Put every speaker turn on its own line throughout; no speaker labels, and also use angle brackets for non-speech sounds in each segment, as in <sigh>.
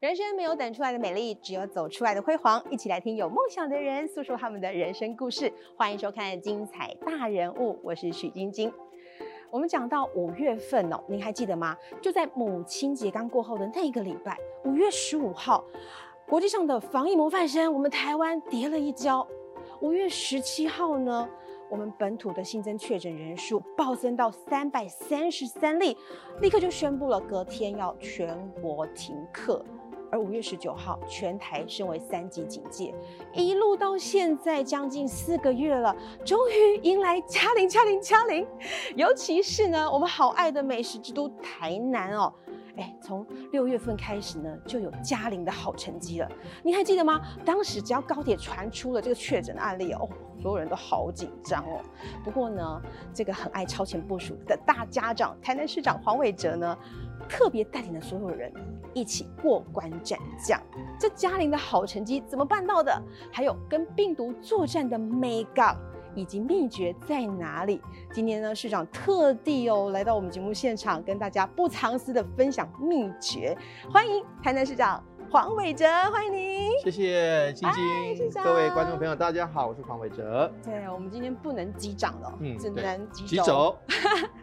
人生没有等出来的美丽，只有走出来的辉煌。一起来听有梦想的人诉说他们的人生故事。欢迎收看《精彩大人物》，我是许晶晶。我们讲到五月份哦，您还记得吗？就在母亲节刚过后的那个礼拜，五月十五号，国际上的防疫模范生，我们台湾跌了一跤。五月十七号呢，我们本土的新增确诊人数暴增到三百三十三例，立刻就宣布了隔天要全国停课。而五月十九号，全台升为三级警戒，一路到现在将近四个月了，终于迎来嘉玲、嘉玲、嘉玲。尤其是呢，我们好爱的美食之都台南哦，哎，从六月份开始呢，就有嘉玲的好成绩了。您还记得吗？当时只要高铁传出了这个确诊案例哦，所有人都好紧张哦。不过呢，这个很爱超前部署的大家长，台南市长黄伟哲呢，特别带领了所有人一起过关斩将。这嘉玲的好成绩怎么办到的？还有跟病毒作战的 m 杠以及秘诀在哪里？今天呢，市长特地哦来到我们节目现场，跟大家不藏私的分享秘诀。欢迎台南市长黄伟哲，欢迎您。
谢谢晶
嗨市
晶，
长
各位观众朋友，大家好，我是黄伟哲。
对，我们今天不能击掌了，
嗯
只
对
能击
急
肘。
走，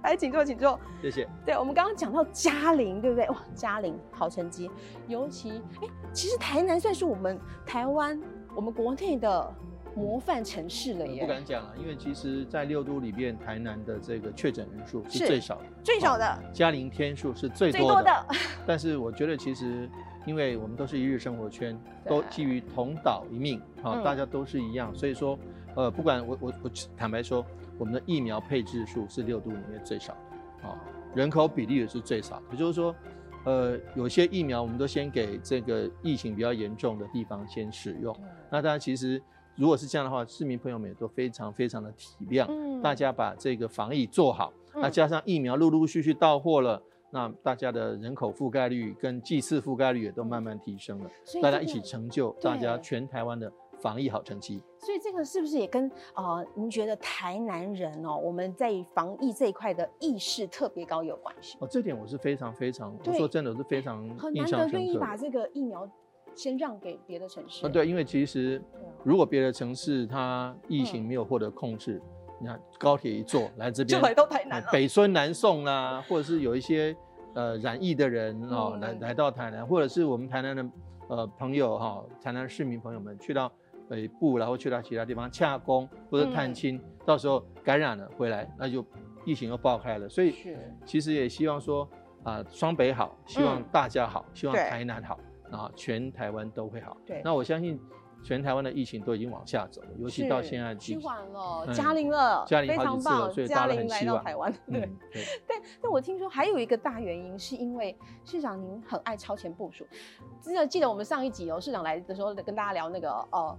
来，请坐，请坐。
谢谢。
对，我们刚刚讲到嘉玲，对不对？哇，嘉玲好成绩，尤其哎，其实台南算是我们台湾我们国内的模范城市了
呃
耶，
不敢讲了，因为其实，在六都里边，台南的这个确诊人数
是
是最少的，
最少的、
嘉陵天数是哦最
最
多
多
的。
的，
但是我觉得，其实因为我们都是一日生活圈，都
对
基于同岛一命啊，
嗯
大家都是一样，所以说，呃，不管我我我坦白说，我们的疫苗配置数是六都里面最少的啊，人口比例也是最少的，也就是说。呃，有些疫苗我们都先给这个疫情比较严重的地方先使用。那大家其实如果是这样的话，市民朋友们也都非常非常的体谅，
嗯
大家把这个防疫做好。那
嗯
加上疫苗陆陆续续到货了，那大家的人口覆盖率跟剂次覆盖率也都慢慢提升了，
所以
大
这
家一
个
起成就大家
对
全台湾的防疫好成绩。
所以这个是不是也跟呃，您觉得台南人哦，我们在防疫这一块的意识特别高有关系？
哦，这点我是非常非常，我
对
说真的我是非常
很
印
难
象
得
深刻的。
愿意把这个疫苗先让给别的城市。
啊，对，因为其实
对啊
如果别的城市它疫情
嗯
没有获得控制，你看高铁一坐来这
就
边，
来到台南
呃
了。
北孙南宋啦，或者是有一些呃染疫的人哦，来
嗯
来到台南，或者是我们台南的呃朋友哈、台南市民朋友们去到北部，然后去到其他地方洽工或者
嗯
探亲，到时候感染了回来，那就疫情又爆开了，所以
是
其实也希望说啊、双北好，希望
嗯
大家好，希望
对
台南好，啊，全台湾都会好。
对
那我相信全台湾的疫情都已经往下走了，尤其到
是
现在
吃
地
完了，
嗯
嘉玲了，
嘉玲
非
好
常
几次了
棒，
所以
嘉
大家都
玲
很
来
希
到
望
台湾。对，
嗯，对。
但但我听说还有一个大原因，是因为市长您很爱超前部署。记得记得我们上一集哦，市长来的时候跟大家聊那个呃。
哦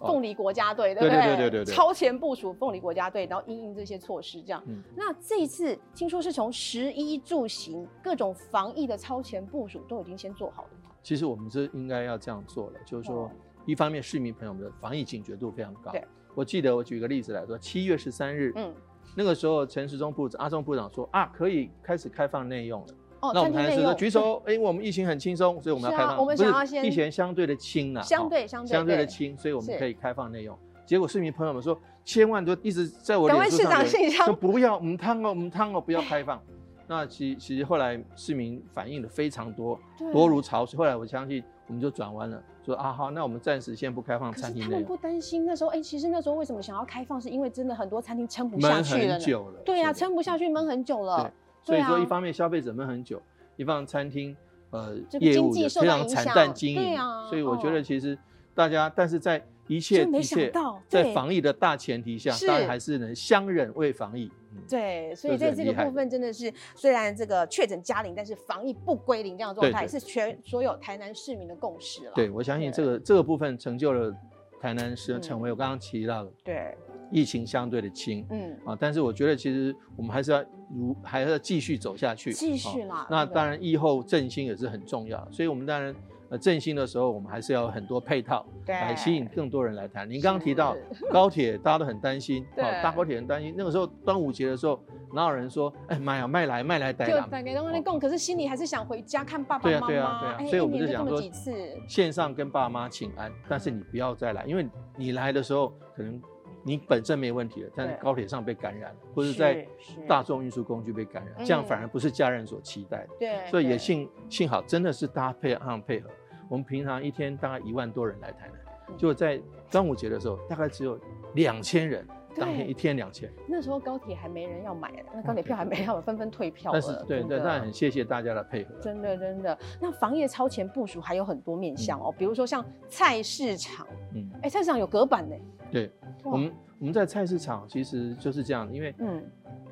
凤梨国家队，对不
对对对对对对
超前部署凤梨国家队，然后因应这些措施，这样。
嗯
那这一次听说是从食衣住行各种防疫的超前部署都已经先做好了。
其实我们是应该要这样做了，就是
哦
说，一方面市民朋友们的防疫警觉度非常高
对。
我记得我举个例子来说，七月十三日，
嗯，
那个时候陈时中部长、阿中部长说啊，可以开始开放内用了。
哦，
那我们
餐厅
台南市
内
说
用
举
<laughs>
手，哎，因为我们疫情很轻松，所以我们要
是啊
开放。
我们
不是
想要先
疫情相对的轻了，
相
哦
对相对
相对的
对
轻，所以我们
是
可以开放内用。结果市民朋友们说，千万都一直在我
赶
脸
快
书
市
上
长
留言
信箱
说不要，我们汤哦，我们汤哦，不要开放。那其其实后来市民反映的非常多，
对
多如潮水。后来我相信我们就转弯了，说啊好，那我们暂时先不开放
可
餐
是
厅
他
内
们不
容，
担心那时候，哎、其实那时候为什么想要开放，是因为真的很多餐厅撑不下
闷
去了
很
呢。
久了。
对呀、啊
是的嗯
撑不下去，闷很久了。
所
对
以说
啊
一方面消费者闷很久，一方面餐厅呃
这个
业
经
务
济
也
受
非
到
常
影
惨
响
淡经
对
营
啊。
所以我觉
哦
得其实大家，但是在一切
真没
一
想
切
到
在
对
防疫的大前提下，大
是
家还是能相忍为防疫。嗯
对，所以
这
在
是很
这个
厉害
部分真的是，虽然这个确诊加零，但是防疫不归零这样的状态
对对
是全所有台南市民的共识了。
对，我相信这
对
个这个部分成就了台南市
嗯
成为我刚刚提到的
对，
疫情相对的轻。
嗯，
啊，但是我觉得其实我们还是要如还是要继续走下去，
继续
啊
啦
那
这个
当然，疫后振兴也是很重要，所以我们当然呃振兴的时候，我们还是要有很多配套
对，
来吸引更多人来谈。您刚刚
<laughs>
提到高铁，大家都很担心，
对
搭高铁很担心。那个时候端午节的时候，哪有人说，哎妈呀，卖来卖来逮
就
来。
反给东西供，可是心里还是想回家看爸爸
哦对啊
妈
对啊对
妈。
啊
哎，
所以
一
我们
年
就讲
这
说
么几次，
线上跟爸妈请安，但是你不要再来，因为你来的时候可能你本身没问题了，但是
对
高铁上被感染了，或者在
是
大众运输工具被感染，这样反而不是家人所期待的。
对，
所以
嗯
也
哎对
幸幸好真的是搭配上配合，我们平常一天大概一万多人来台
嗯
南，就在端午节的时候大概只有两千人，
对
当天一天两千，
那时候高铁还没人要买，那高铁票还没人要买，纷纷退票了。
但是对
真的
对，但很谢谢大家的配合。
真的真的，那防疫超前部署还有很多面向哦，比如说像菜市场，
嗯，
哎，菜市场有隔板呢。
对，
哇
我们我们在菜市场其实就是这样，因为
嗯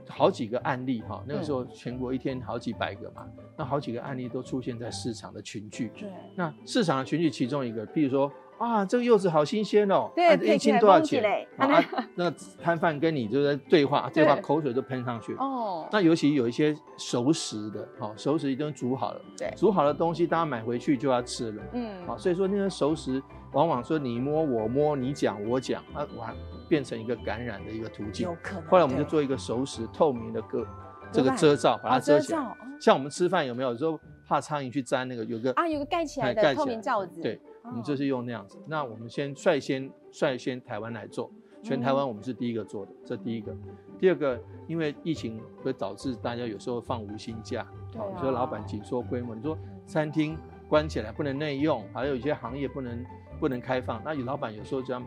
好几个案例哈，那个时候全国一天好几百个嘛，那好几个案例都出现在市场的群聚。
对
那市场的群聚其中一个，譬如说啊，这个柚子好新鲜哦，
对
啊
配
一
起来
斤多少
蹦起
钱
来？
啊，
啊
啊那个摊贩跟你就在对话，对话
对
口水都喷上去。
哦，
那尤其有一些熟食的，哦，熟食已经煮好了，
对
煮好的东西大家买回去就要吃了。
嗯
啊，所以说那些熟食往往说你摸我摸，你讲我讲，啊，完变成一个感染的一个途径
有。可能。
后来我们就
对
做一个熟食透明的个这
隔
个
板
遮罩，把
哦
它遮起
罩
来。
哦
像我们吃饭有没有有时候怕苍蝇去粘那个，有个
啊，有个盖起来
哎
的
盖
透
起
明
来
罩子。
对，我们
哦
就是用那样子。那我们先率先率先台湾来做，全台湾我们是第一个做的，这第一个。第二个，因为疫情会导致大家有时候放无薪假，
对
哦
啊嗯
你说老板紧缩规模，你说餐厅关起来不能内用，还有一些行业不能不能开放，那有老板有时候这样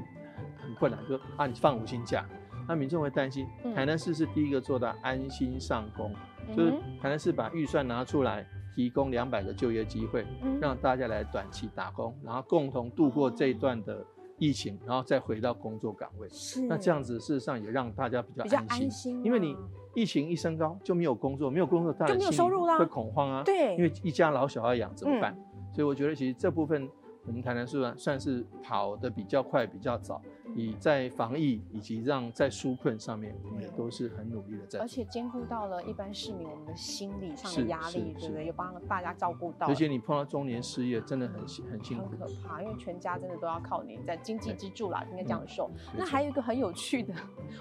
很困难，说啊你放无薪假，那民众会担心
嗯。
台南市是第一个做到安心上工，
嗯
就是
哼
台南市把预算拿出来，提供两百个就业机会，
嗯
让大家来短期打工，然后共同度过这一
哦
段的疫情，然后再回到工作岗位。
是
那这样子事实上也让大家比较
比较
安心，
安心啊，
因为你疫情一升高就没有工作，没有工作当
就
然
没有
心里
收入啦
会恐慌啊。
对嗯
因为一家老小要养怎么办？所以我觉得其实这部分我们台南市算算是跑得比较快、比较早，以在防疫以及让在纾困上面，我们也都是很努力的在
而
做。
且兼顾到了一般市民我们的心理上的
是
压
是
力，对不
是
对？又帮大家照顾到了，
而且你碰到中年失业，真的很辛很辛苦
很。可怕，因为全家真的都要靠你在经济
对嗯
支柱啦，应该这样说。
没
那
错
还有一个很有趣的，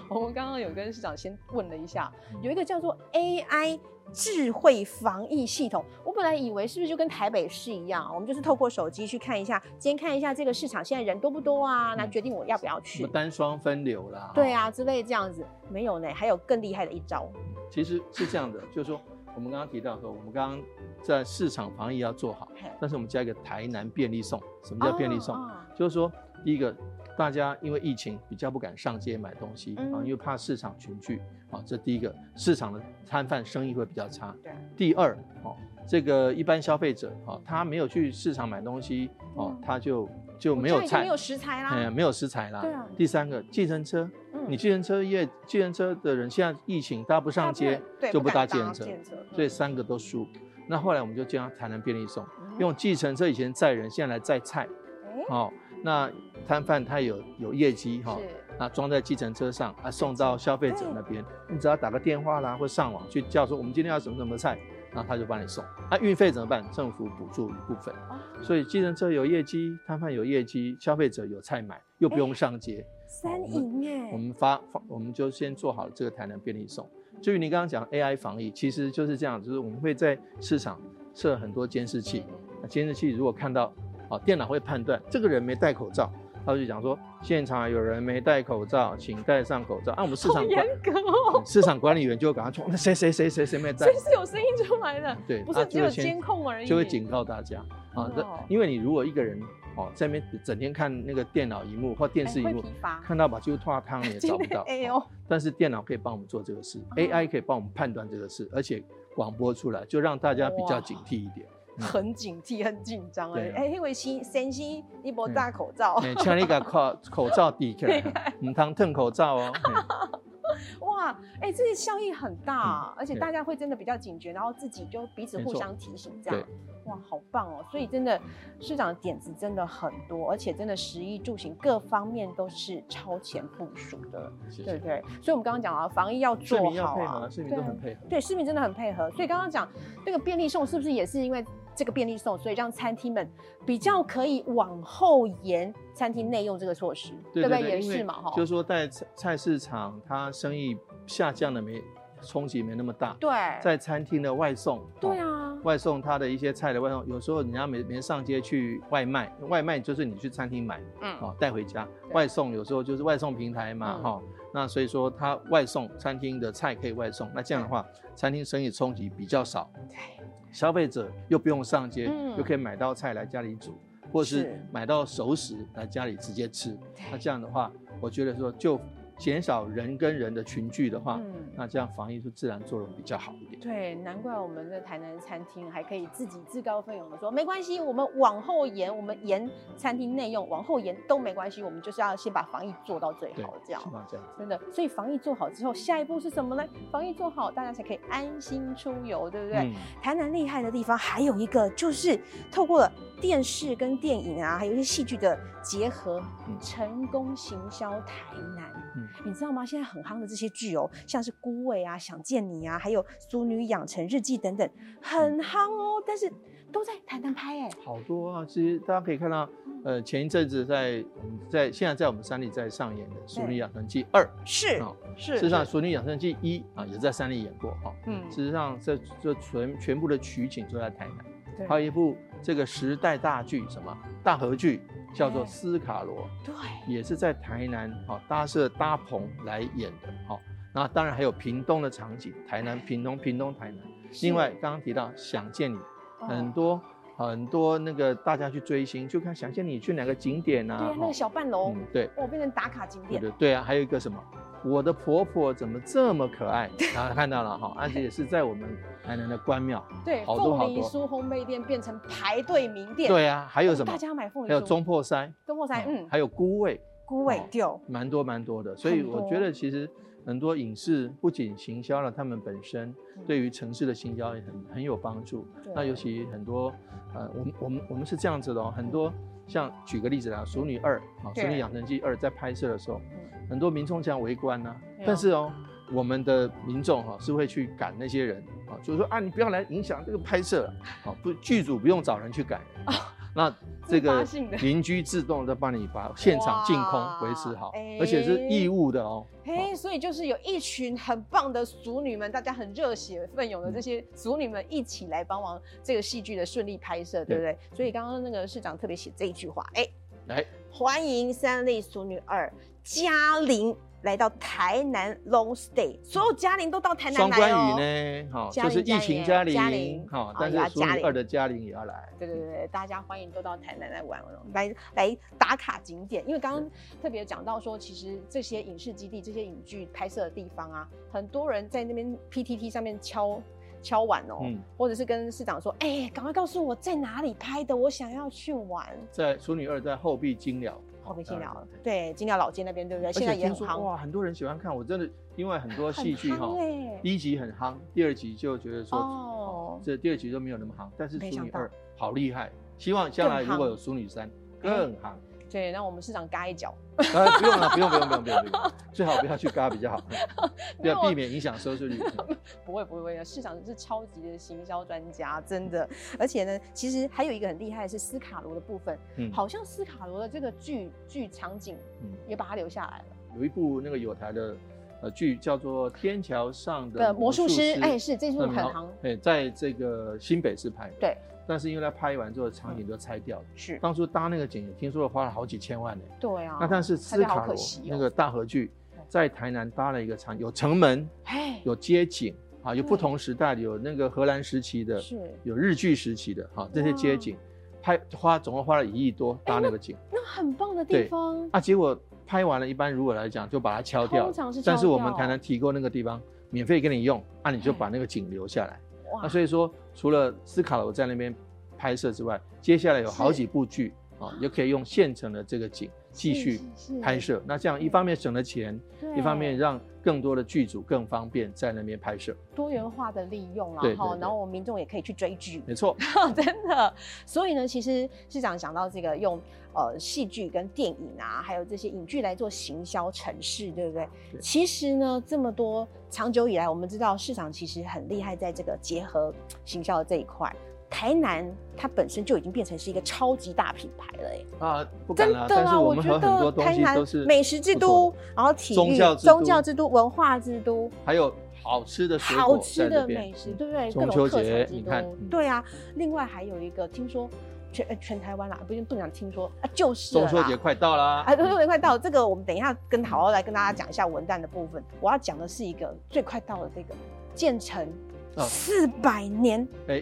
我们刚刚有跟市长先问了一下，有一个叫做 AI 智慧防疫系统。我本来以为是不是就跟台北市一样，啊我们就是透过手机去看一下，先看一下这个市场现在人多不多啊，来
嗯
决定我要不要
什
去
么。单双分流啦？
对
哦
啊，之类这样子没有呢，还有更厉害的一招，
其实是这样的，就是说我们刚刚提到说，我们刚刚在市场防疫要做好
嘿，
但是我们加一个台南便利送。什么叫便利送？
哦哦
就是说，第一个，大家因为疫情比较不敢上街买东西、
嗯
啊，因为怕市场群聚啊，这第一个，市场的摊贩生意会比较差。
对，
第二，哦，这个一般消费者哦，他没有去市场买东西哦
嗯，
他就就
我
没
家
有
已经
菜，
没有食材啦。
哎，没有食材啦。
对啊
第三个，计程车，
嗯
你计程车业，计程车的人现在疫情，大家不上街
对，
就不
敢
搭计程车，
计程
所以
嗯
三个都输。那后来我们就这样台南便利送，
嗯
用计程车以前载人，现在来载菜。
哎
哦，那摊贩他有有业绩哈、
是
那装在计程车上啊，送到消费者那边，你只要打个电话啦，或上网去叫说我们今天要什么什么菜，然后他就帮你送。那、运费怎么办？政府补助一部分。
哦
所以计程车有业绩，摊贩有业绩，消费者有菜买，又不用上街。
三
我们
赢哎，
我们发发，我们就先做好这个台南便利送。至于您刚刚讲 AI 防疫，其实就是这样，就是我们会在市场设很多监视器，那监视器如果看到，啊，电脑会判断这个人没戴口罩，他就讲说现场有人没戴口罩，请戴上口罩。啊，我们市
好
场管
严格哦，
市场管理员就会赶快冲，那谁谁谁谁谁没戴
所以，是有声音出来
<laughs>
的，
对，
不
他
是
啊就
只有
会先
监控而已，
就会警告大家啊
真，的
这
哦
因为你如果一个人哦在那边整天看那个电脑荧幕或电
哎
视荧
会
幕
疲，乏。
看到把就化汤
<laughs>
你也找不到。
哎
哦
呦，
但是电脑可以帮我们做这个事，AI
哦
可以帮我们判断这个事，而且广播出来就让大家比
哇
较警惕一点。
很警惕，很紧张哎
嗯对！啊
哎，因为新先新一波大口罩，
哎，请你把口口罩抵起来，唔通吞口罩哦。嘿
哇，哎，这个效益很大，啊而且
嗯对
大家会真的比较警觉，然后自己就彼此
没
互
错
相提醒，这样
对，
哇，好棒哦！所以真的市长的点子真的很多，而且真的食衣住行各方面都是超前部署的，
谢
对
谢。
不对？所以我们刚刚讲了，防疫要
市
做
民要
好
配
啊
合，，市民
对
都
啊
很配合。
对，市民真的很配合。所以刚刚讲那个便利送是不是也是因为这个便利送，所以让餐厅们比较可以往后延餐厅内用这个措施，
对
不对？也
因
是
为
嘛，哈。
就是说在菜菜市场，它生意下降的没冲击没那么大，
对，
在餐厅的外送，
对
哦
啊，
外送它的一些菜的外送，有时候人家没没上街去外卖，外卖就是你去餐厅买，
嗯，
哦，带回家。
对
外送有时候就是外送平台嘛，
嗯
哈、那所以说它外送餐厅的菜可以外送，那这样的话，餐厅生意冲击比较少，
对，
消费者又不用上街，
嗯
又可以买到菜来家里煮，或是
是
买到熟食来家里直接吃。那
对
这样的话，我觉得说就减少人跟人的群聚的话，
嗯。
那这样防疫就自然做得比较好一点。
对，难怪我们的台南餐厅还可以自己自告奋勇的说，没关系，我们往后延，我们延餐厅内用，往后延都没关系，我们就是要先把防疫做到最
对
好，这样
希。望这样子。
真的，所以防疫做好之后，下一步是什么呢？防疫做好，大家才可以安心出游，对不对？
嗯
台南厉害的地方还有一个，就是透过电视跟电影啊，还有一些戏剧的结合，
嗯
成功行销台南。
嗯
你知道吗？现在很夯的这些剧哦，像是《孤味》啊、《想见你》啊，还有《俗女养成日记》等等，很夯哦。但是都在台南拍哎，
好多啊！其实大家可以看到，呃，前一阵子在我们在现在在我们三立在上演的《淑女养成记二》
是
哦
是
事实上，《淑女养成记一》啊也在三立演过哈、
嗯
事实上这，这全全部的取景都在台南。
对
还有一部这个时代大剧，什么大合剧，叫做
哎
《斯卡罗
对》，
也是在台南啊、搭设搭棚来演的。好、那当然还有屏东的场景，台南、屏东、屏东、台南。
是
另外，刚刚提到《想见你》，
哦
很多很多那个大家去追星，就看想见你去哪个景点啊？
对啊，那
哦
个小半楼
嗯，对
哦，变成打卡景
对
点，
对对啊，还有一个什么？我的婆婆怎么这么可
<laughs>
爱？然后看到了哈，而且也是在我们台南的关庙。
对，
好多
凤
好
梨
多
酥烘焙店变成排队名店，
对啊，还
还
有什
哦
么
大？家买凤梨酥，
还有中破塞，
东坡山，嗯，
还有菇味，
菇尾
哦
丢，
蛮多蛮多的。所以
很多
我觉得其实很多影视不仅行销了他们本身
嗯，
对于城市的行销也很很有帮助。那尤其很多呃，我们我们我们是这样子的哦，很多像举个例子啦，《熟女二》啊，《
对
熟女养成记二》在拍摄的时候
嗯，
很多民众想围观呐、
对啊
但是哦。我们的民众哈、是会去赶那些人啊，就是说啊，你不要来影响这个拍摄了，啊，不，剧组不用找人去赶， <laughs> 那这
哦自发
个
性的
邻居自动在帮你把现场净
哇
空维持好
哎，
而且是义务的哦。
嘿，所以就是有一群很棒的熟女们，大家很热血奋
嗯
勇的这些熟女们一起来帮忙这个戏剧的顺利拍摄，对不对？所以刚刚那个市长特别写这一句话，哎，
来，
欢迎三立熟女二嘉玲来到台南 long stay，所有嘉玲都到台南
双
来
关
哦。
语呢，哈，
嘉
就
玲
是疫情嘉
嘉
玲
玲，
哈
哦，
但是
也要
淑
嘉
女
玲
二的嘉玲也要来，
对对对对，大家欢迎都到台南来玩
嗯
哦，来来打卡景点。因为刚刚特别讲到说，其实这些影视基地、这些影剧拍摄的地方啊，很多人在那边 PTT 上面敲敲碗哦，
嗯，
或者是跟市长说，哎、赶快告诉我在哪里拍的，我想要去玩。
在淑女二在后壁金寮，
后面金
哦
寮，对，金寮老街那边，对不对？啊
而
现在
且
也
听
很
说
夯，
哇，很多人喜欢看，我真的因为很多戏剧哦哈
很，夯欸
第一集很夯，第二集就觉得说，
哦，
这第二集就没有那么夯，但是
没
淑女
想到
二好厉害，希望将来
更夯哎
如果有淑女三更夯。
对，让我们市长嘎一脚。
啊，不用了，不用，不用，不用，不用，不用，最好不要去嘎比较
<laughs>
好，
没有
要避免影响收
<laughs>
视率。
不会不会不会，市长是超级的行销专家，真的。而且呢，其实还有一个很厉害的是斯卡罗的部分，
嗯，
好像斯卡罗的这个剧剧场景
嗯
也把它留下来了。
有一部那个有台的呃剧叫做《天桥上的
呃魔术师哎是这
这
部很夯
哎，在这个新北市拍的。
对，嗯
但是因为他拍完之后场景都拆掉了，
是，
当初搭那个景也听说花了好几千万呢。
对啊。
那但是
大
斯
家好
卡
可
罗
惜哦
那个大河剧
对
在台南搭了一个场，有城门，
哎，
有街景啊，有
对
不同时代的，有那个荷兰时期的，
嗯是嗯
有日据时期的，哈、这些街景拍花总共花了一亿多搭那个景
哎那很棒的地
对
方，
啊，结果拍完了，一般如果来讲就把它敲掉
通
了，
常是敲掉啊哎
但是我们台南提供那个地方免费给你用，啊，你就把那个景留下来。啊，
哇，
所以说除了斯卡罗在那边拍摄之外，接下来有好
是
几部剧啊，也可以用现成的这个景继续
是
拍，摄。那这样一
嗯
方面省了钱，
是是
一方面
对
让更多的剧组更方便在那边拍摄。
多元化的利用啦，
对对
哈，
对
然后我们民众也可以去追剧，
没错，
<laughs> 真的。所以呢，其实市长讲到这个用呃戏剧跟电影啊，还有这些影剧来做行销城市，对不对？
对
其实呢，这么多长久以来，我们知道市场其实很厉害，在这个结合行销的这一块。台南它本身就已经变成是一个超级大品牌了、欸，
啊，不敢
真
啦。
的
但是
啊，
我
我
们
觉
和
得
很多东
台
西
南
都是
美食之
不错
都
的，
然后体育、
宗教之
宗
都
教之都、文化之都，
还有好吃的水
好
果
吃
在
的
这边嗯
美食，对不对？各
中
种
秋
特
节
产，之
你看，
都
嗯，
对啊。另外还有一个，听说全呃全台湾啦，不是不想听说啊，就是
中
了
秋节
啦
快到啦，
啊，中秋节快到，这个我们等一下跟好好来跟大家讲一下文旦的部分。我要讲的是一个最快到的这个建成
啊
四百年，
哎，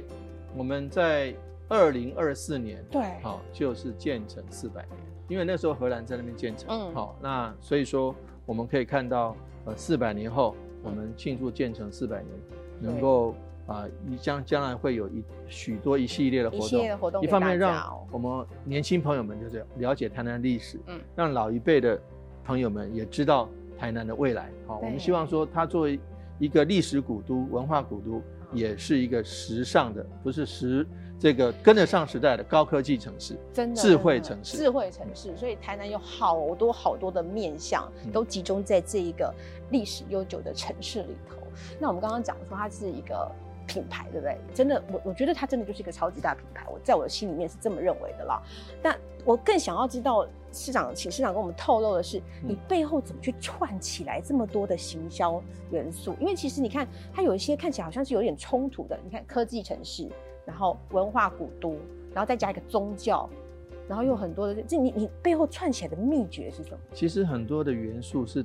我们在二零二四年，
对，
好、就是建成四百年，因为那时候荷兰在那边建成，
嗯
好、那所以说我们可以看到，呃，四百年后我们庆祝建成四百年，能
对
够啊，一将将来会有一许多一系列的活
一
动，
系列的活动
一
给
方
大
面
家
让
哦
我们年轻朋友们就是了解台南历史，
嗯
让老一辈的朋友们也知道台南的未来。好、我们
对
希望说它作为一个历史古都、文化古都，
嗯
也是一个时尚的，不是时这个跟得上时代的高科技城市。
真的
智慧
真的
城市
智慧城市。所以台南有好多好多的面向，
嗯
都集中在这一个历史悠久的城市里头。那我们刚刚讲说它是一个品牌，对不对？真的，我我觉得它真的就是一个超级大品牌，我在我的心里面是这么认为的啦。但我更想要知道市长，请市长跟我们透露的是，
嗯
你背后怎么去串起来这么多的行销元素？因为其实你看，它有一些看起来好像是有点冲突的。你看科技城市，然后文化古都，然后再加一个宗教，然后又有很多的这你你背后串起来的秘诀是什么？
其实很多的元素是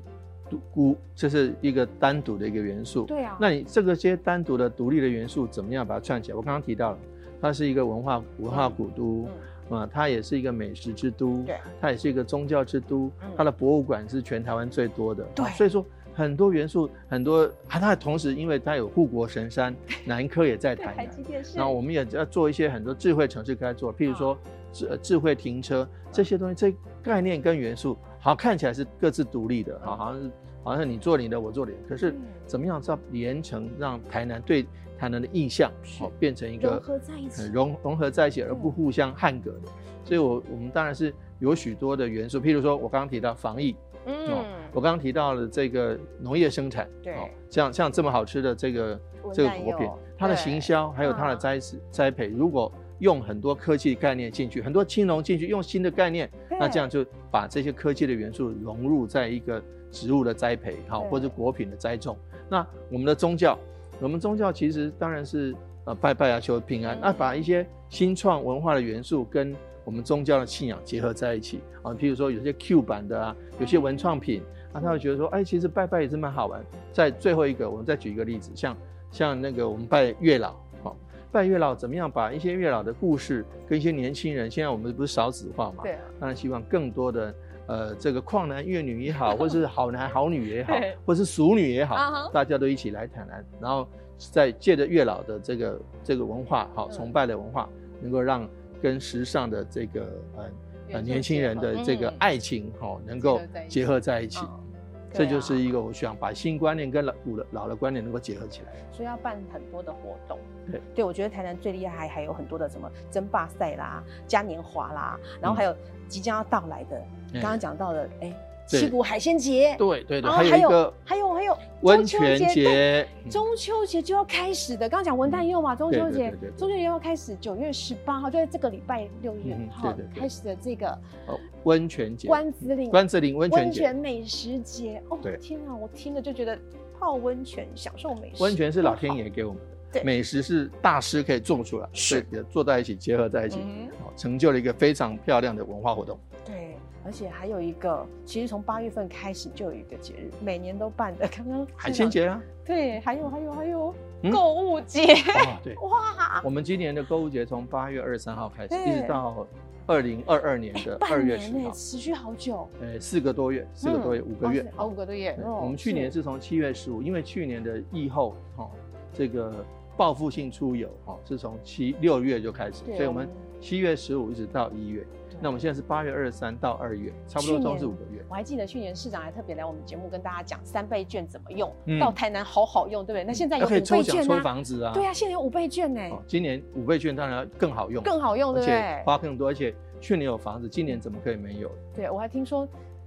独孤，这是一个单独的一个元素。
对啊，
那你这个些单独的独立的元素怎么样把它串起来？我刚刚提到了，它是一个文化文化古都。
嗯
啊，它也是一个美食之都
对，
它也是一个宗教之都
嗯，
它的博物馆是全台湾最多的，
对
啊所以说很多元素，很多，啊它同时因为它有护国神山，南科也在台南，
电视
那我们也要做一些很多智慧城市该做，譬如说智呃智慧停车这些东西，这概念跟元素好像看起来是各自独立的，好
嗯
好像是好像是你做你的，我做你的，可是
嗯
怎么样要连成让台南对台南的印象
是
好变成一
融
个
合在一起
很融融合在一起，而不
嗯
互相汉隔的。所以我，我们当然是有许多的元素，譬如说我刚刚提到防疫，哦
嗯，
我刚刚提到了这个农业生产，哦
对
像像这么好吃的这个
文
这个
旦
果品
柚，
它的
对
行销还有它的
嗯
栽植栽培，如果用很多科技概念进去，很多青农进去用新的概念，
对
那这样就把这些科技的元素融入在一个植物的栽培，好，
对
或者果品的栽种。那我们的宗教，我们宗教其实当然是呃拜拜啊，求平安。
嗯
那把一些新创文化的元素跟我们宗教的信仰结合在一起啊，譬如说有些 Q 版的啊，有些文创品啊，他会觉得说，哎，其实拜拜也是蛮好玩。在最后一个，我们再举一个例子，像像那个我们拜月老，好、拜月老怎么样把一些月老的故事跟一些年轻人，现在我们不是少子化嘛，
对啊，
当然希望更多的呃，这个旷男怨女
<laughs>
也好，或是好男好女也好
对，
或是熟女也好
啊哈
大家都一起来谈谈，然后再借着月老的这个这个文化，好、
嗯
崇拜的文化，能够让跟时尚的这个呃
元
呃
素
年轻人的
结合
这个
嗯
爱情，哈、能够结合在一起。
嗯
这
对啊
就是一个我想把新观念跟老古的老的观念能够结合起来。
所以要办很多的活动。
对，
对我觉得台南最厉害还有很多的什么争霸赛啦、嘉年华啦，然后还有即将要到来的，刚刚
嗯
讲到的，哎，
对
七股海鲜节，
对对对，
然后
还有一个
哦还有还有
温
中秋
泉
节
节嗯
对，中秋节就要开始的。刚刚讲文旦柚嘛，中秋
对对
节
对对，对
中秋节要开始，九月十八号就在这个礼拜六月
嗯
号
对对对
开始的这个
哦温泉节，
关子岭
关子岭温泉
温
节
泉。美食节。哦
对，
天啊，我听了就觉得泡温泉、享受美食，
温泉是老天爷给我们的，
对
美食是大师可以做出来，
是
所以也做在一起，结合在一起，
嗯
哦成就了一个非常漂亮的文化活动。
对，而且还有一个，其实从八月份开始就有一个节日，每年都办的。刚刚
海
市
鲜
长，
节啊，
对，还有还有还有、
嗯
购物节，
哦，对，
<laughs> 哇，
我们今年的购物节从八月二十三号开始，
对哎
一直到二零二二年的二
半
月
年
十
呢、
号，
持续好久，
呃，四个多月，四个多月，
嗯
五个月
哇塞。哦，五个多月
对。
哦
我们去年是从七月十五，因为去年的疫后，哦，这个报复性出游，哦，是从七六月就开始，
对
所以我
我
们
们
七月十五一直到一月。
对
那我们现在是八月二十三到二月，差不
去
多
年
都是五个月。
我还记得去年市长还特别来我们节目跟大家讲三倍券怎么用，
嗯
到台南好好用，对不对？那现在有
还
五
可以抽
倍
奖
券
抽
啊，
房子啊。
对啊，现在有五倍券呢、
哦，今年五倍券当然要更好用，
更好用，对
而
不
且
对？
花更多，而且去年有房子，今年怎么可以没有？
对，我还听说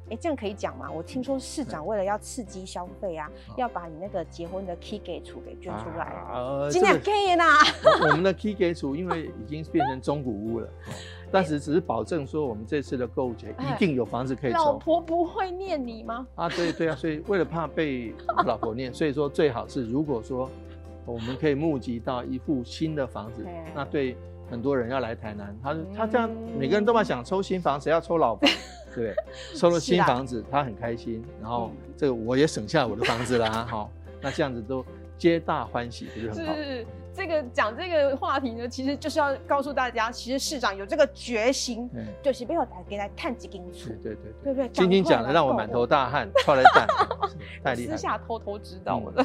哎，这样可以讲吗？我听说市长为了要刺激消费啊，
嗯
要把你那个结婚的 key 给处给捐出来，
啊
尽量 gay 啦。
我我们的 key 给组，因为已经变成中古屋了，哦但是只是保证说我们这次的购物节
哎
一定有房子可以
老
抽
婆不会念你吗？
啊，对对啊，所以为了怕被老婆念，所以说最好是如果说我们可以募集到一户新的房子
哎，
那对很多人要来台南，他
嗯
他这样每个人都嘛想抽新房，谁要抽
<laughs>
老房？对不对？抽了
是
新
啦嗯
房子，他很开心，然后这个我也省下我的房子啦，哈，那这样子都皆大欢喜，不是很好？
是这个讲这个话题呢，其实就是要告诉大家，其实市长有这个决心，
嗯，
就是不要打给来探几根醋
是，对对对。
对不对？
晶晶讲
的
的让我满头
<laughs>
大汗，穿了蛋，是太厉害嗯
私
了。
下偷偷知道我的，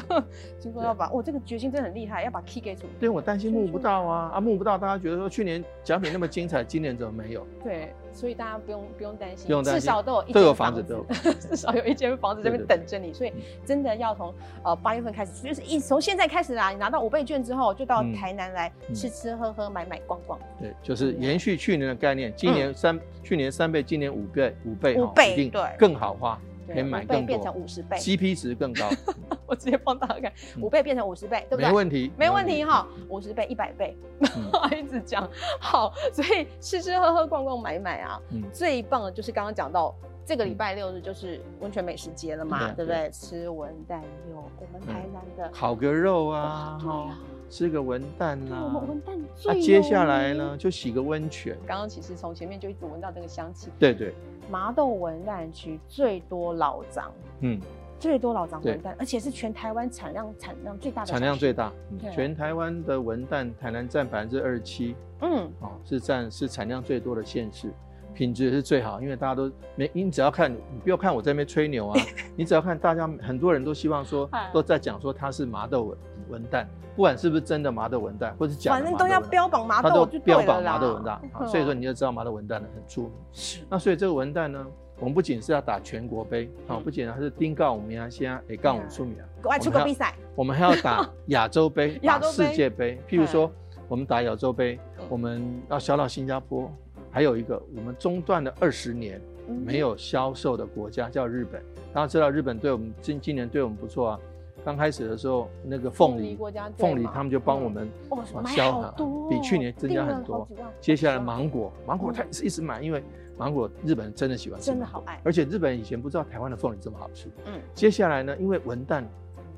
听说要把我这个决心真的很厉害，要把 key 给处。
对，我担心募不到啊，啊募不到，大家觉得说去年奖品那么精彩，今年怎么没有？
对，所以大家不用不用担心，
不用担心
至少都有一
都有
间
房
子，
子都有
<laughs> 至少有一间房子这边
对对嗯对
等着你。所以真的要从呃八月份开始，就是一从现在开始啦，你拿到五倍券之后，就到
嗯
台南来
嗯
吃吃喝喝、买买逛逛，
对，就是延续去年的概念，今年三，去年三倍，今年五倍，五倍
嗯五
哦，
倍
一定
对
更好花，可
对，
以买
五倍
更
变成
多
五十倍，
，CP 值更高，
<laughs> 我直接帮大家看，
嗯
五倍变成五十倍，对不对？
没问题，
没问题哈，五十倍、一百倍， <laughs>
嗯
一直讲好，所以吃吃喝喝、逛逛、买买啊，
嗯
最棒的就是刚刚讲到这个礼拜六日就是温泉美食节了嘛，
嗯
对不对？吃文蛋肉，我们台南的、
烤个肉
哇
啊，
对
哈
啊，
吃个文蛋
对我
啦
们，文蛋最、
那啊接下来呢，？就洗个温泉，
刚刚其实从前面就一直闻到这个香气，
对对，
麻豆文旦区最多老张，
嗯，
最多老张
对
文旦，而且是全台湾产量产量最大的
产量
小
最
吃，
大，嗯
对啊
全台湾的文旦，台南占百分之二十七，
嗯，
哦，是占是产量最多的县市，品质也是最好，因为大家都没你只要看，你不要看我在那边吹牛
<laughs>
啊，你只要看大家很多人都希望说
哎
都在讲说它是麻豆文文旦，不管是不是真的麻豆文旦，或是假
反
的麻
正
豆文旦，
都要标榜麻
它都
豆就对
标
了啦，
榜麻豆文旦，啊
<laughs>
所以说
嗯
你就知道麻豆文旦呢很出名。
是
那所以这个文旦呢，我们不仅是要打全国杯，啊，
嗯哎
不仅还是丁杠五名啊，先也杠五出名啊，
外出国比赛，
我们还要
<laughs>
打亚洲杯、
亚
打
洲杯
世界杯。譬如说，我们打亚洲杯
嗯，
我们要销到新加坡。还有一个，我们中断了二十年
嗯
没有销售的国家叫日本。大家知道日本对我们今今年对我们不错啊。刚开始的时候，那个凤
凤梨
梨
国家队
凤梨
嘛
他们就帮
嗯
我们
哦
啊
买
销
好
啊
多
比
哦
去年增加
订了
很
好
多
几万。
接下来
好几万
芒果，芒果
嗯
他是一直买，因为芒果日本人真的喜欢吃
真的
芒果，
好爱，
而且日本以前不知道台湾的凤梨这么好吃。
嗯，
接下来呢，因为文旦，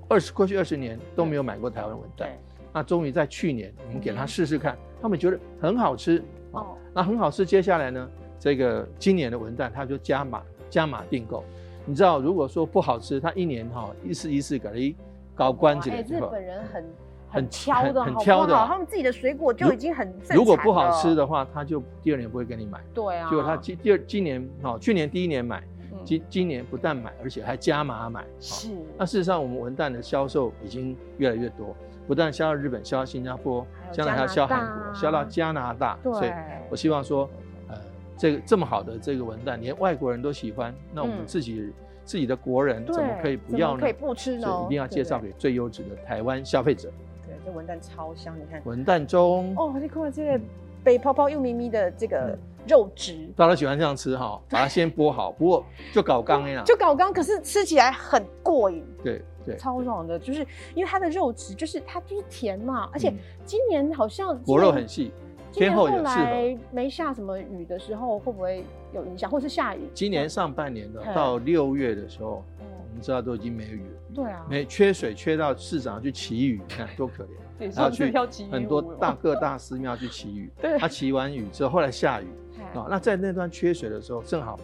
二十过去二十年都没有买过台湾文旦，
对，
那终于在去年我们给他
嗯
试试看，他们觉得很好吃啊、
哦，
那很好吃。接下来呢，这个今年的文旦他就加码加码订购。你知道，如果说不好吃，他一年哈、一次一次给你搞关子
哇哎
了之
日
后，
本人很很
很
挑的，
很
好不
挑的
好他们自己的水果就
如
已经很正
如果
常
不好
了
吃，的话，他就第二年不会给你买。
对啊，
结果他今第二今年哈、去年第一年买，
嗯
今今年不但买，而且还加码买。哦
是
那事实上，我们文旦的销售已经越来越多，不但销到日本，销到新加坡
还有，
将来还
加
要
拿
销
大
韩国，销到加拿大。所以
对，
我希望说，呃，这个这么好的这个文旦，连外国人都喜欢，那我们
嗯
自己、自己的国人
对
怎么可以不要
怎么
呢？
可以不吃呢
所以一定要介绍给最优质的台湾消费者。
对，这文旦超香，你看，
文旦中，
哦，你看这个北泡泡又咪咪的这个
嗯
肉质，
大家喜欢这样吃
<laughs>
哈，把它先剥好，不过就搞刚哎啦。
就搞刚，可是吃起来很过瘾。
对对，
超爽的，就是因为它的肉质，就是它就是甜嘛，而且
嗯
今年好像今
果肉
年
很细，
今
天
年后
候也适合。
来没下什么雨的时候，会不会有影响，或是下雨？
今年上半年的
嗯
到六月的时候，
嗯，
我们知道都已经没有雨了。
对啊，
没缺水，缺到市长去祈雨，你看多可怜。
对
然后去
旗
很多大各大寺庙去祈雨
哦 <laughs> ，对
他祈完雨之后，后来下雨
哎
啊，那在那段缺水的时候，正好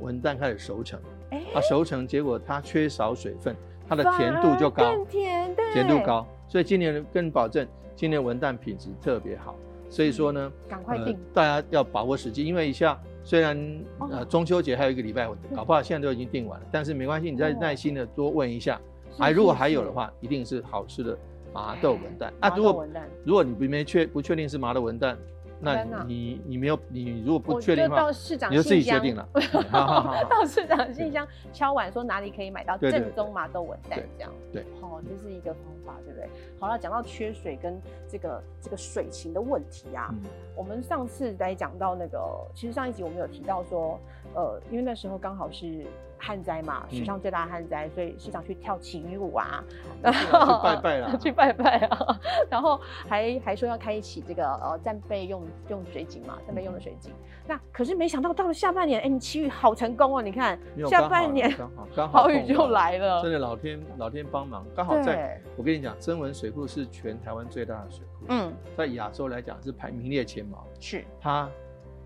文旦开始熟成
哎，
啊，熟成结果它缺少水分，它的
反
甜度就
而
高，
更甜对
甜度高，所以今年更保证今年文旦品质特别好，所以说呢，
嗯
呃
赶快订
大家要把握时机，因为一下虽然
哦嗯
呃中秋节还有一个礼拜，搞不好现在都已经订完了，但是没关系，你再
哦
耐心的多问一下，
是
还
是
哎如果还有
是
的话，一定是好吃的麻豆文旦。啊，
哎麻
如
豆
果
文旦
如果你不没确不确定是麻豆文旦，那
天哪
你你没有你如果不
我
确定
就
的话
到，市长
你就自己
信
决
箱
定
<laughs>
了。好好好好
到市场信箱敲碗说哪里可以买到
对对
正宗麻豆文旦
对
这样。
对，
哦，这是一个方法，对不对？
好了，讲到缺水跟这个这个水情的问题啊，
嗯
我们上次来讲到那个，其实上一集我们有提到说，呃，因为那时候刚好是旱灾嘛，史上最大的旱灾，所以市长去跳祈雨舞啊，然后
嗯去拜拜啦
<laughs> 去拜拜啊，然后还还说要开一起这个呃战备用用水井嘛，战备用
嗯
的水井。那可是没想到到了下半年，哎，你祈雨好成功哦，你看
没有
下
刚好
半年
刚好
<laughs>
刚好
好雨
碰
就
到
来了，
真的老天老天帮忙，刚好在
对，
我跟你讲，曾文水库是全台湾最大的水库，
嗯，
在亚洲来讲是排名列前茅。
是
它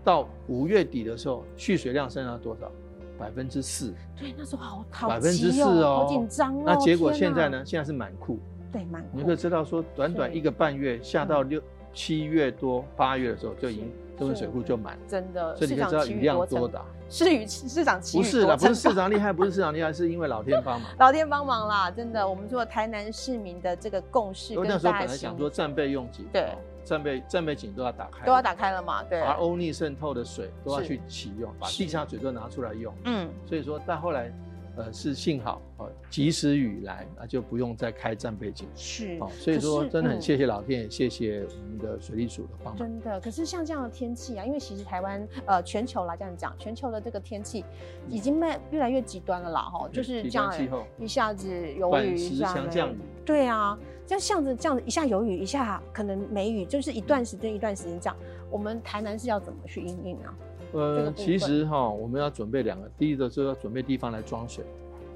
到五月底的时候，蓄水量剩下多少？百分之四。
对，那时候好好
百分
急
之四
哦，
哦，
好紧张哦。
那结果
天
现在
哪？
呢？现在是满库，
对，蛮
你可以知道说，短短
是嗯
一个半月，下到六七月多八月的时候，就已经这份水库就满，
真的，
所以你可以
市
知
场
道
其
雨
余
量
成
多大。
是与市长其
不
余
是
多
啦，不是
成
市长厉害，不是市长厉害，是因为老天帮忙。
老天帮忙啦，真的，我们做台南市民的这个共识
因
跟大
为那
家
时候本来想
心
说战备用井，
对
哦，战备战备井都要打开，
都要打开了嘛，对，
而欧逆渗透的水都要
是
去启用，把
是
地下水都拿出来用。
嗯，
所以说，但后来，呃，是幸好哦，及时雨来，那就不用再开战备井。
是
哦，所以
可
说
是
真的很
嗯
谢谢老天，也谢谢我们的水利署的帮忙。
真的，可是像这样的天气啊，因为其实台湾呃全球啦这样讲，全球的这个天气已经慢越来越极端了啦哈，
对
就是
极
这样
端气候
一下子有雨，
短
一
时
下
强
没
降雨，
对啊，这样像着这样子一下有雨，一下可能没雨，就是一段时间一段时间这样，我们台南是要怎么去应应啊？这个
呃，
部
其
分
实哈、我们要准备两个，第一个就是要准备地方来装水。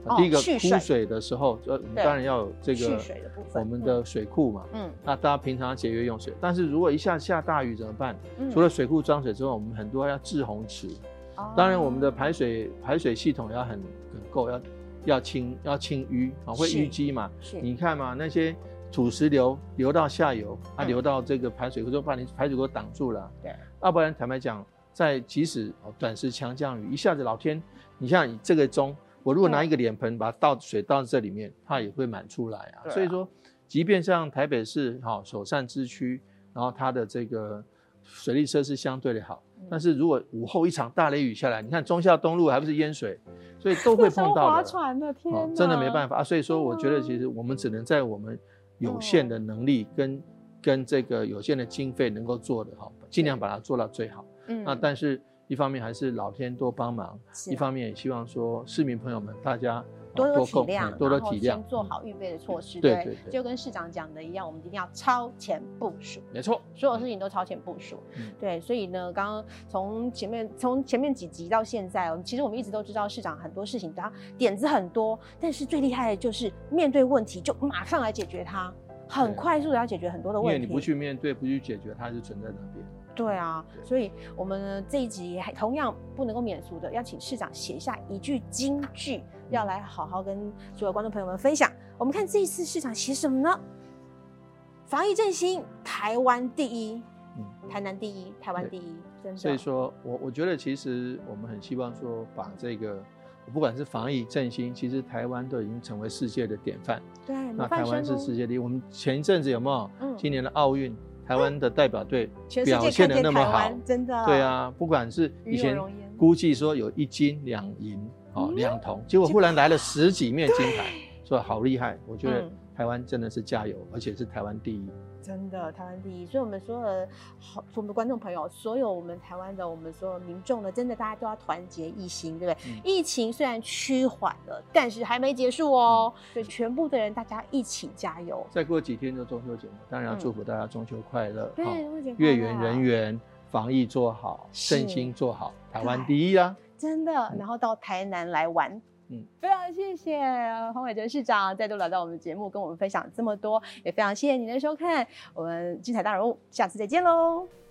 哦
第一个
蓄
枯
水
水的时候，呃，我们
对
当然要有这
蓄
个
水的部分
我们的水库嘛。
嗯嗯
那大家平常要节约用水，但是如果一下下大雨怎么办？
嗯
除了水库装水之外，我们很多要治洪池。
哦
当然，我们的排水排水系统要很很够，要要清要清淤啊，会
是
淤积嘛。
是
你看嘛，那些土石流流到下游，它、
嗯
流到这个排水沟，就把你排水沟挡住了。
对，
要不然坦白讲，在即使哦短时强降雨，一下子老天，你像你这个钟，我如果拿一个脸盆把它倒水倒到这里面，它也会满出来啊。
对啊
所以说，即便像台北市好、首善之区，然后它的这个水利设施相对的好。
嗯
嗯
但是如果午后一场大雷雨下来，你看忠孝东路还不是淹水，所以都会
那时
碰
候
到的。
划船的天
哦，真的没办
法，
法啊。所以说，
真的
我觉得其实我们只能在我们有限
嗯
的能力跟、跟这个有限的经费能够做的哈，尽量把它做到最好。
嗯
那啊但是一方面还是老天多帮忙，
是
一方面也希望说市民朋友们大家哦
多多体
共
谅，
多多
然后
体谅嗯
先，做好预备的措施，
对
不
对对
就跟市长讲的一样，我们一定要超前部署。
没错，
所有事情都超前部署，
嗯
对，所以呢，刚刚从前面从前面几集到现在哦，其实我们一直都知道市长很多事情，他点子很多，但是最厉害的就是面对问题就马上来解决它，很
对
快速的要解决很多的
因
问
为
题。
你不去面对，不去解决，它还是存在那边。
对啊，
对
所以我们呢这一集还同样不能够免俗的，要请市长写下一句金句，
嗯
要来好好跟所有观众朋友们分享。我们看这一次市长写什么呢？防疫振兴，台湾第一，
嗯
台南第一，台湾第一，真的。啊
所以说我我觉得其实我们很希望说把这个。不管是防疫振兴，其实台湾都已经成为世界的典范。
对，模
那
范
台湾
生
是
哦
世界第一。我们前一阵子有没有？
嗯
今年的奥运，台湾的代表队
全世界
表现的
看见
那么
台湾
好，
真的
对啊，不管是以
与有
前
荣焉
估计说有一金两银哦
嗯
两铜，结果忽然来了十几面金牌，所以好厉害。我觉得
嗯
台湾真的是加油，而且是台湾第一。
真的台湾第一，所以我们所有的好，我们的观众朋友，所有我们台湾的我们所有民众呢，真的大家都要团结一心，对不对？
嗯
疫情虽然趋缓了，但是还没结束哦，所以全部的人大家一起加油。
再过几天就中秋节了，当然要
嗯
祝福大家中秋快乐，
对
好，
中秋节快乐
月圆人圆，防疫做
啊
好，
是
振兴做好，台湾
对
第一啊！
真的，然后到台南来玩。嗯
嗯，
非常谢谢呃黄伟哲市长再度来到我们的节目，跟我们分享这么多，也非常谢谢您的收看，我们精彩大人物，下次再见喽，拜